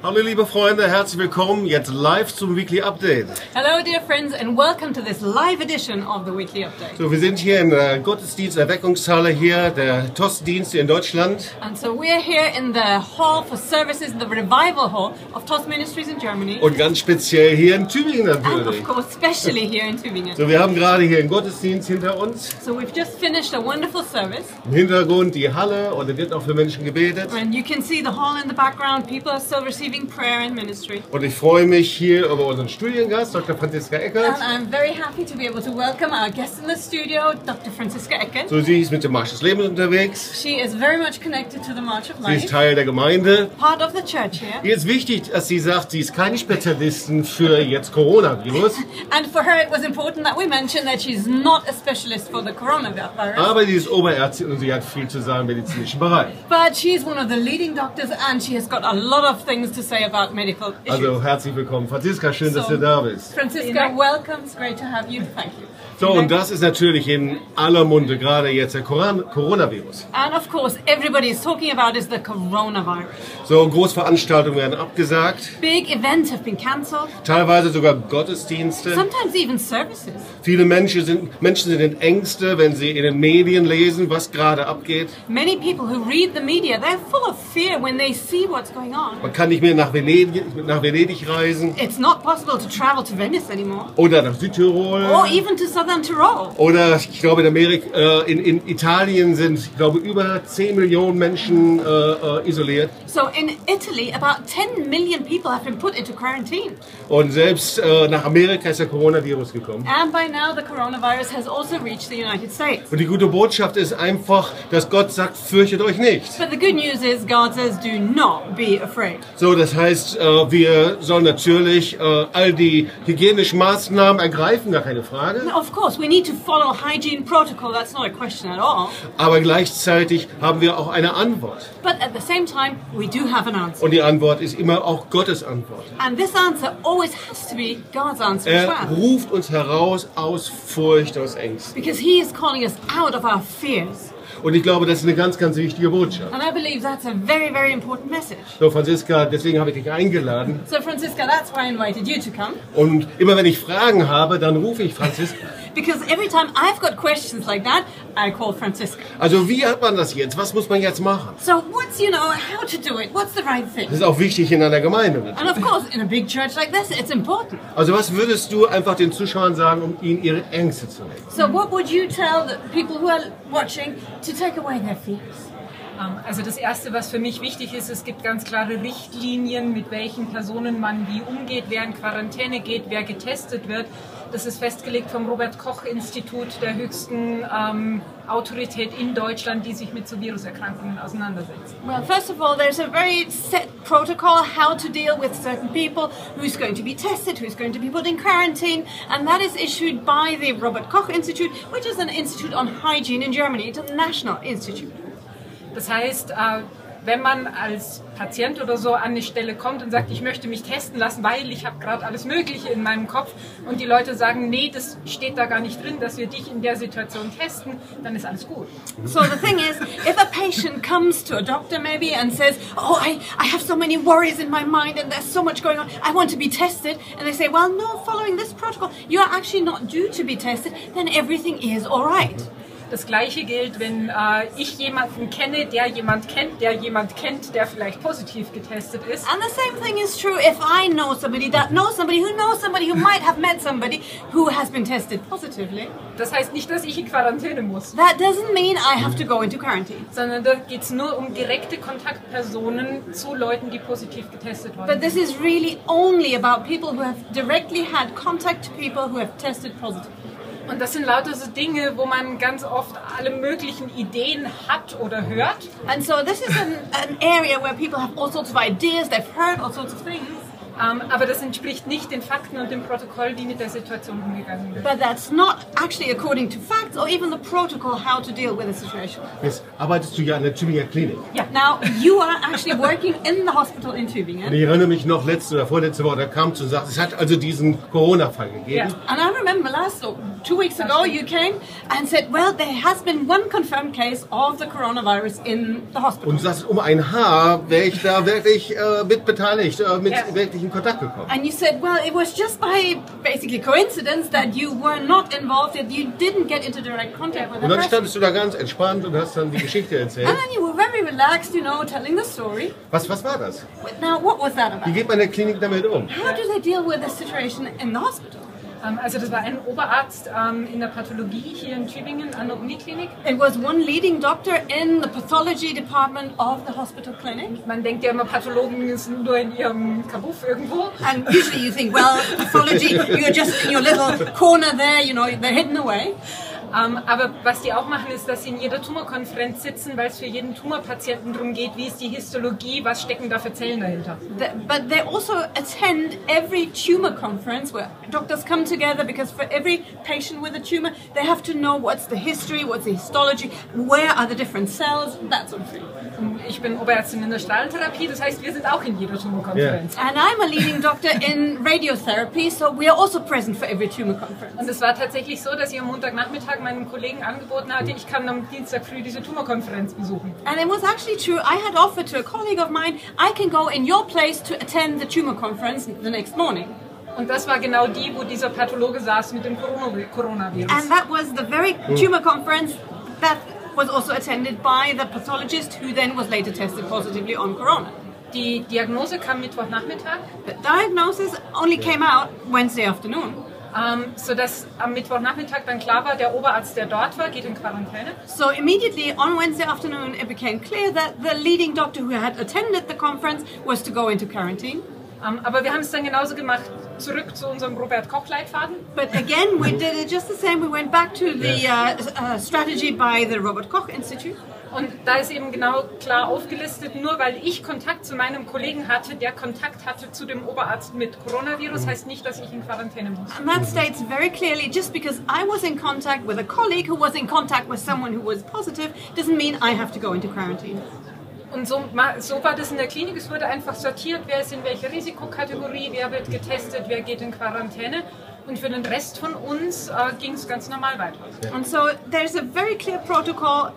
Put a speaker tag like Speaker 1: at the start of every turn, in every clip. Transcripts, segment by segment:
Speaker 1: Hallo liebe Freunde, herzlich willkommen jetzt live zum Weekly Update.
Speaker 2: Hello, dear friends, and welcome to this live edition of the Weekly Update.
Speaker 1: So, wir sind hier in der Gottesdiensterweckungshalle hier, der TOS-Dienst in Deutschland.
Speaker 2: And so we're here in the Hall for Services, the Revival Hall of TOS Ministries in Germany.
Speaker 1: Und ganz speziell hier in Tübingen
Speaker 2: And
Speaker 1: natürlich.
Speaker 2: of course, especially here in Tübingen.
Speaker 1: So, wir haben gerade hier einen Gottesdienst hinter uns.
Speaker 2: So we've just finished a wonderful service,
Speaker 1: Im Hintergrund die Halle und da wird auch für Menschen gebetet.
Speaker 2: and you can see the hall in the background. People are still receiving prayer and ministry.
Speaker 1: Und ich freue mich hier über unseren Studiengast, Dr. Franziska
Speaker 2: And
Speaker 1: Eckert.
Speaker 2: I'm very happy to be able to welcome our guest in the studio, Dr. Franziska Ecken.
Speaker 1: So, sie ist mit dem Marsch des Lebens unterwegs.
Speaker 2: She is very much connected to the March of
Speaker 1: Sie ist
Speaker 2: Life,
Speaker 1: Teil der Gemeinde.
Speaker 2: part of the church here.
Speaker 1: Ihr ist wichtig, dass sie sagt, sie ist keine Spezialistin für jetzt Coronavirus.
Speaker 2: And for her, it was important that we mention that she's not a specialist for the coronavirus,
Speaker 1: Aber sie ist Oberärztin und sie hat viel zu sagen im medizinischen Bereich.
Speaker 2: but she's one of the leading doctors and she has got a lot of things to say about medical issues.
Speaker 1: Also herzlich willkommen, Franziska, schön, dass
Speaker 2: So.
Speaker 1: du da bist.
Speaker 2: Francisca, welcome. It's great to have you. Thank you.
Speaker 1: So, und das ist natürlich in aller Munde, gerade jetzt der Koran Coronavirus.
Speaker 2: And of course, everybody is talking about is the coronavirus.
Speaker 1: So, Großveranstaltungen werden abgesagt,
Speaker 2: Big events have been cancelled,
Speaker 1: teilweise sogar Gottesdienste.
Speaker 2: sometimes even services.
Speaker 1: Viele Menschen sind, Menschen sind in Ängste, wenn sie in den Medien lesen, was gerade abgeht.
Speaker 2: Many people who read the media, they're full of fear when they see what's going on.
Speaker 1: Man kann nicht mehr nach Venedig, nach Venedig reisen
Speaker 2: It's not possible to travel to Venice anymore,
Speaker 1: oder nach Südtirol.
Speaker 2: or even to southern Tyrol.
Speaker 1: Oder ich glaube, in, Amerika, äh, in, in Italien sind, ich glaube, über 10 Millionen Menschen äh, äh, isoliert.
Speaker 2: So in Italy, about 10 million people have been put into quarantine.
Speaker 1: Und selbst äh, nach Amerika ist der Coronavirus gekommen.
Speaker 2: And by now, the coronavirus has also reached the United States.
Speaker 1: Und die gute Botschaft ist einfach, dass Gott sagt, fürchtet euch nicht.
Speaker 2: But the good news is, God says, do not be afraid.
Speaker 1: So, das heißt, äh, wir sollen natürlich äh, all die hygienischen Maßnahmen ergreifen, gar keine Frage.
Speaker 2: Of course, we need to follow hygiene protocol, that's not a question at all.
Speaker 1: Aber gleichzeitig haben wir auch eine Antwort.
Speaker 2: But at the same time, we do have an answer.
Speaker 1: Und die Antwort ist immer auch Gottes Antwort.
Speaker 2: And this answer always has to be God's answer as
Speaker 1: Er
Speaker 2: well.
Speaker 1: ruft uns heraus aus Furcht, aus Ängsten.
Speaker 2: Because He is calling us out of our fears.
Speaker 1: Und ich glaube, das ist eine ganz, ganz wichtige Botschaft.
Speaker 2: And I believe that's a very, very important message.
Speaker 1: So, Franziska, deswegen habe ich dich eingeladen.
Speaker 2: So, Francisca, that's why I invited you to come.
Speaker 1: Und immer wenn ich Fragen habe, dann rufe ich Franziska.
Speaker 2: Because every time I've got questions like that, I call Francisca.
Speaker 1: Also, wie hat man das jetzt? Was muss man jetzt machen?
Speaker 2: So what's you know how to do it? What's the right thing?
Speaker 1: Das ist auch wichtig in einer Gemeinde.
Speaker 2: And of course, in a big church like this, it's important.
Speaker 1: Also, was würdest du einfach den Zuschauern sagen, um ihnen ihre Ängste zu nehmen?
Speaker 2: So what would you tell the people who are watching to take away their fears?
Speaker 3: Ähm, Also das Erste, was für mich wichtig ist, es gibt ganz klare Richtlinien, mit welchen Personen man wie umgeht, wer in Quarantäne geht, wer getestet wird. Das ist festgelegt vom Robert Koch Institut, der höchsten ähm, Autorität in Deutschland, die sich mit so Viruserkrankungen auseinandersetzt.
Speaker 2: Well, first of all, there's a very set protocol how to deal with certain people, who's going to be tested, who's going to be put in quarantine, and that is issued by the Robert Koch Institute, which is an institute on hygiene in Germany. It's a national institute.
Speaker 3: Das heißt, äh, wenn man als Patient oder so an eine Stelle kommt und sagt, ich möchte mich testen lassen, weil ich habe gerade alles Mögliche in meinem Kopf und die Leute sagen, nee, das steht da gar nicht drin, dass wir dich in der Situation testen, dann ist alles gut.
Speaker 2: So the thing is, if a patient comes to a doctor maybe and says, "Oh, I, I have so many worries in my mind and there's so much going on. I want to be tested," and they say, "Well, no, following this protocol, you are actually not due to be tested," then everything is all right.
Speaker 3: Das gleiche gilt, wenn äh, ich jemanden kenne, der jemand kennt, der jemand kennt, der vielleicht positiv getestet ist.
Speaker 2: And the same thing is true if I know somebody that knows somebody who knows somebody who might have met somebody who has been tested positively.
Speaker 3: Das heißt nicht, dass ich in Quarantäne muss,
Speaker 2: That doesn't mean I have to go into quarantine.
Speaker 3: sondern da geht es nur um direkte Kontaktpersonen zu Leuten, die positiv getestet
Speaker 2: But
Speaker 3: wurden.
Speaker 2: this is really only about people who have directly had contact to people who have tested positive.
Speaker 3: Und das sind lauter so Dinge, wo man ganz oft alle möglichen Ideen hat oder hört.
Speaker 2: And so this is an, an area where people have all sorts of ideas, they've heard all sorts of things.
Speaker 3: Ähm, aber das entspricht nicht den Fakten und dem Protokoll, wie mit der Situation umgegangen wird.
Speaker 2: But that's not actually according to facts or even the protocol how to deal with a situation.
Speaker 1: Jetzt arbeitest du ja an der Tübinger Klinik.
Speaker 2: Yeah. Now you are actually working in the hospital in Tübingen,
Speaker 1: Und ich erinnere mich noch, letzte oder vorletzte Woche, da kamst du und sagst, es hat also diesen Corona-Fall gegeben.
Speaker 3: Ja.
Speaker 2: and I remember last or two weeks ago you came and said, well, there has been one confirmed case of the coronavirus in the hospital.
Speaker 1: Und du sagst, um ein Haar wäre ich da wirklich äh, mit beteiligt, äh, mit
Speaker 3: Ja.
Speaker 1: wirklich in Kontakt gekommen.
Speaker 2: And you said, well, it was just by basically coincidence that you were not involved, that you didn't get into direct contact with the
Speaker 1: Und dann
Speaker 2: person.
Speaker 1: standest du da ganz entspannt und hast dann die Geschichte erzählt.
Speaker 2: And then you were very relaxed, you know, telling the story.
Speaker 1: Was, was war das?
Speaker 2: But now, what was that
Speaker 1: Wie
Speaker 2: about?
Speaker 1: geht man in der Klinik damit um?
Speaker 2: How do they deal with the situation in the hospital?
Speaker 3: Ähm, also das war ein Oberarzt ähm, in der Pathologie hier in Tübingen an der Uniklinik.
Speaker 2: It was one leading doctor in the pathology department of the hospital clinic.
Speaker 3: Man denkt ja immer, Pathologen sind nur in ihrem Kabuff irgendwo.
Speaker 2: And usually you think, well, pathology, you're just in your little corner there, you know, they're hidden away.
Speaker 3: Ähm, aber was die auch machen, ist, dass sie in jeder Tumorkonferenz sitzen, weil es für jeden Tumorpatienten darum geht, wie ist die Histologie, was stecken da für Zellen dahinter.
Speaker 2: Th- But they also attend every tumor conference where doctors come together because for every patient with a tumor, they have to know what's the history, what's the histology, where are the different cells, that sort of thing.
Speaker 3: Und ich bin Oberärztin in der Strahlentherapie, das heißt, wir sind auch in jeder Tumorkonferenz.
Speaker 2: And I'm a leading doctor in radiotherapy, so we are also present for every tumor conference.
Speaker 3: Und es war tatsächlich so, dass ich am Montagnachmittag meinen Kollegen angeboten hatte, ich kann am Dienstag früh diese Tumorkonferenz besuchen.
Speaker 2: And it was actually true. I had offered to a colleague of mine, I can go in your place to attend the tumor conference the next morning.
Speaker 3: Und das war genau die, wo dieser Pathologe saß mit dem Corona-
Speaker 2: And
Speaker 3: Coronavirus.
Speaker 2: that was the very tumor conference that was also attended by the pathologist who then was later tested positively on corona.
Speaker 3: Die Diagnose kam Mittwochnachmittag,
Speaker 2: The diagnosis only came out Wednesday afternoon.
Speaker 3: ähm, sodass am Mittwochnachmittag dann klar war, der Oberarzt, der dort war, geht in Quarantäne.
Speaker 2: So immediately on Wednesday afternoon, it became clear that the leading doctor who had attended the conference was to go into quarantine.
Speaker 3: Ähm, aber wir haben es dann genauso gemacht, zurück zu unserem Robert-Koch-Leitfaden.
Speaker 2: But again, we did it just the same. We went back to the uh, uh, strategy by the Robert Koch Institute.
Speaker 3: Und da ist eben genau klar aufgelistet, nur weil ich Kontakt zu meinem Kollegen hatte, der Kontakt hatte zu dem Oberarzt mit Coronavirus, heißt nicht, dass ich in Quarantäne muss.
Speaker 2: And that states very clearly just because I was in contact with a colleague who was in contact with someone who was positive doesn't mean I have to go into quarantine.
Speaker 3: Und so, ma- so war das in der Klinik. Es wurde einfach sortiert, wer ist in welcher Risikokategorie, wer wird getestet, wer geht in Quarantäne. Und für den Rest von uns äh, ging es ganz normal weiter.
Speaker 2: And so there's a very clear protocol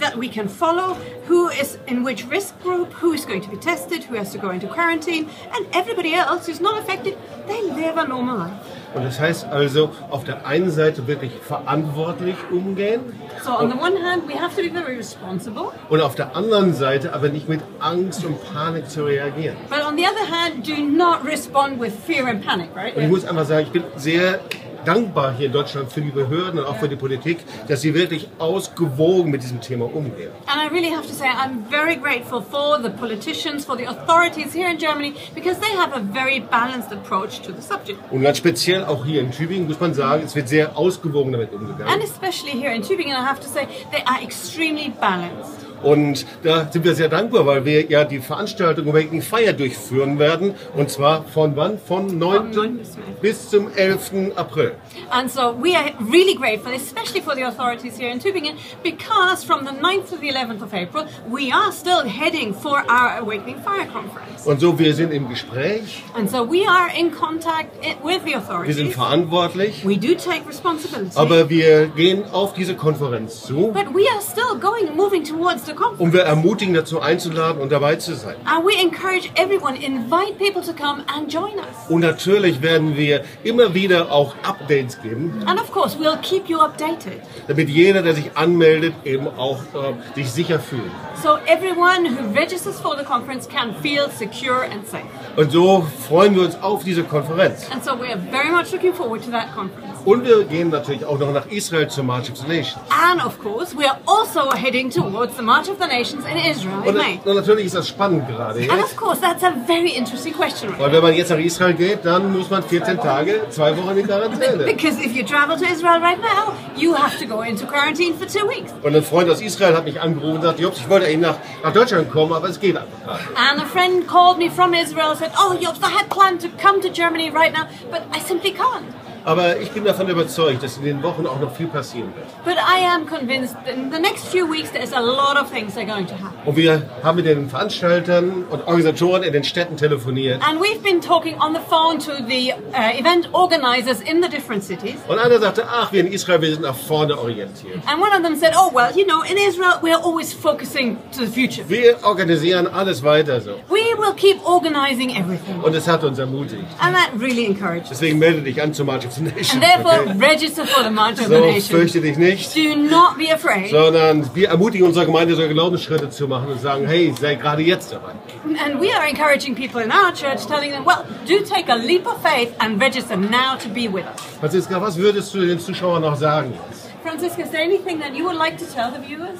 Speaker 2: that we can follow who is in which risk group, who is going to be tested, who has to go into quarantine, and everybody else who's not affected, they live a normal life.
Speaker 1: Und das heißt also, auf der einen Seite wirklich verantwortlich umgehen
Speaker 2: So on the one hand, we have to be very responsible,
Speaker 1: und auf der anderen Seite aber nicht mit Angst und Panik zu reagieren.
Speaker 2: but on the other hand, do not respond with fear and panic, right?
Speaker 1: Und ich muss einfach sagen, ich bin sehr dankbar hier in Deutschland für die Behörden und auch für die Politik, dass sie wirklich ausgewogen mit diesem Thema umgehen.
Speaker 2: And I really have to say, I'm very grateful for the politicians, for the authorities here in Germany, because they have a very balanced approach to the subject.
Speaker 1: Und ganz speziell auch hier in Tübingen muss man sagen, es wird sehr ausgewogen damit
Speaker 2: And
Speaker 1: umgegangen.
Speaker 2: especially here in Tübingen, I have to say, they are extremely balanced.
Speaker 1: Und da sind wir sehr dankbar, weil wir ja die Veranstaltung Awakening Fire durchführen werden. Und zwar von wann? Von 9.
Speaker 2: Vom 9. bis zum 11.
Speaker 1: bis zum 11. April.
Speaker 2: And so we are really grateful, especially for the authorities here in Tübingen, because from the 9th to the 11th of April, we are still heading for our Awakening Fire Conference.
Speaker 1: Und so, wir sind im Gespräch,
Speaker 2: And so we are in contact i- with the
Speaker 1: wir sind
Speaker 2: authorities.
Speaker 1: verantwortlich,
Speaker 2: We do take responsibility.
Speaker 1: aber wir gehen auf diese Konferenz zu
Speaker 2: but we are still going, moving towards the conference.
Speaker 1: und wir ermutigen dazu einzuladen und dabei zu sein.
Speaker 2: And we encourage everyone, invite people to come and join us.
Speaker 1: Und natürlich werden wir immer wieder auch Updates geben,
Speaker 2: And of course, we'll keep you updated.
Speaker 1: damit jeder, der sich anmeldet, eben auch äh, sich sicher fühlt.
Speaker 2: So everyone who registers for the conference can feel secure and safe.
Speaker 1: Und so freuen wir uns auf diese Konferenz.
Speaker 2: And so we are very much looking forward to that conference.
Speaker 1: Und wir gehen natürlich auch noch nach Israel zur March of the Nations.
Speaker 2: And of course, we are also heading towards the March of the Nations in Israel in
Speaker 1: Und,
Speaker 2: May.
Speaker 1: und natürlich ist das spannend gerade
Speaker 2: And
Speaker 1: jetzt.
Speaker 2: of course, that's a very interesting question. right?
Speaker 1: Weil wenn man jetzt nach Israel geht, dann muss man 14 Tage, zwei Wochen in Quarantäne.
Speaker 2: Because if you travel to Israel right now, you have to go into quarantine for two weeks.
Speaker 1: Und ein Freund aus Israel hat mich angerufen und sagt, Jobs, ich wollte eben nach, nach Deutschland kommen, aber es geht einfach nicht.
Speaker 2: And a friend called me from Israel and said, Oh, Jobst, I had planned to come to Germany right now, but I simply can't.
Speaker 1: Aber ich bin davon überzeugt, dass in den Wochen auch noch viel passieren wird.
Speaker 2: But I am convinced that in the next few weeks, there's a lot of things that are going to happen.
Speaker 1: Und wir haben mit den Veranstaltern und Organisatoren in den Städten telefoniert.
Speaker 2: And we've been talking on the phone to the uh, event organizers in the different cities.
Speaker 1: Und einer sagte, ach, wir in Israel, wir sind nach vorne orientiert.
Speaker 2: And one of them said, Oh, well, you know, in Israel, we're always focusing to the future.
Speaker 1: Wir organisieren alles weiter so.
Speaker 2: We will keep organizing everything.
Speaker 1: Und es hat uns ermutigt.
Speaker 2: And that really encourages. us.
Speaker 1: Deswegen melde dich an zur March of the Nation.
Speaker 2: And therefore,
Speaker 1: okay?
Speaker 2: register for the March of the
Speaker 1: So,
Speaker 2: Nations.
Speaker 1: fürchte dich nicht.
Speaker 2: Do not be afraid.
Speaker 1: Sondern wir ermutigen unsere Gemeinde, solche Glaubensschritte zu machen und sagen, hey, sei gerade jetzt dabei.
Speaker 2: And we are encouraging people in our church, telling them, well, do take a leap of faith and register now to be with us.
Speaker 1: Franziska, was würdest du den Zuschauern noch sagen jetzt?
Speaker 2: Francisca, is there anything that you would like to tell the viewers?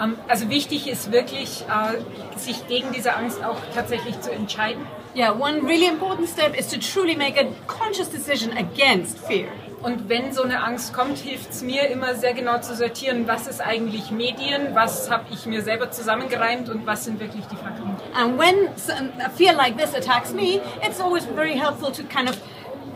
Speaker 3: Ähm, Also wichtig ist wirklich, äh, sich gegen diese Angst auch tatsächlich zu entscheiden.
Speaker 2: Yeah, one really important step is to truly make a conscious decision against fear.
Speaker 3: Und wenn so eine Angst kommt, hilft es mir immer sehr genau zu sortieren, was ist eigentlich Medien, was habe ich mir selber zusammengereimt und was sind wirklich die Fakten.
Speaker 2: And when s- a fear like this attacks me, it's always very helpful to kind of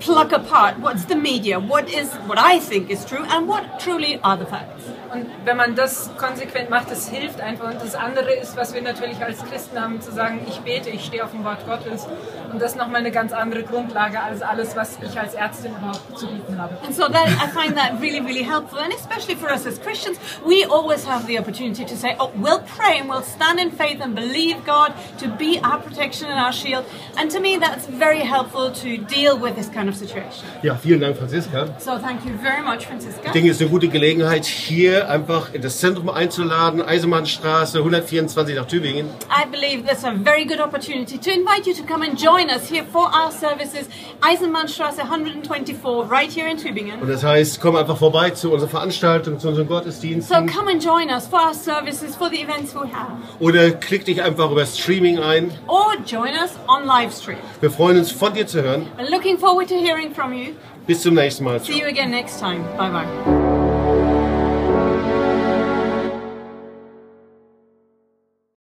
Speaker 2: pluck apart what's the media, what is what I think is true, and what truly are the facts.
Speaker 3: Und wenn man das konsequent macht, das hilft einfach. Und das andere ist, was wir natürlich als Christen haben, zu sagen, ich bete, ich stehe auf dem Wort Gottes. Und das ist nochmal eine ganz andere Grundlage als alles, was ich als Ärztin überhaupt zu bieten habe.
Speaker 2: And so that I find that really, really helpful, and especially for us as Christians, we always have the opportunity to say, "Oh, we'll pray and we'll stand in faith and believe God to be our protection and our shield." And to me, that's very helpful to deal with this kind of situation.
Speaker 1: Ja, vielen Dank, Franziska.
Speaker 2: So thank you very much, Francisca.
Speaker 1: Ich denke, es ist eine gute Gelegenheit, hier einfach in das Zentrum einzuladen, Eisenbahnstraße 124 nach Tübingen.
Speaker 2: I believe that's a very good opportunity to invite you to come and join us here for our services, Eisenbahnstraße 124, right here in Tübingen.
Speaker 1: Und das heißt, komm einfach vorbei zu unserer Veranstaltung, zu unseren
Speaker 2: So
Speaker 1: Gottesdiensten.
Speaker 2: come and join us for our services, for the events we have,
Speaker 1: Oder klick dich einfach über Streaming ein.
Speaker 2: or join us on live stream.
Speaker 1: Wir freuen uns, von dir zu hören.
Speaker 2: I'm looking forward to hearing from you.
Speaker 1: Bis zum nächsten Mal. Ciao.
Speaker 2: See you again next time. Bye bye.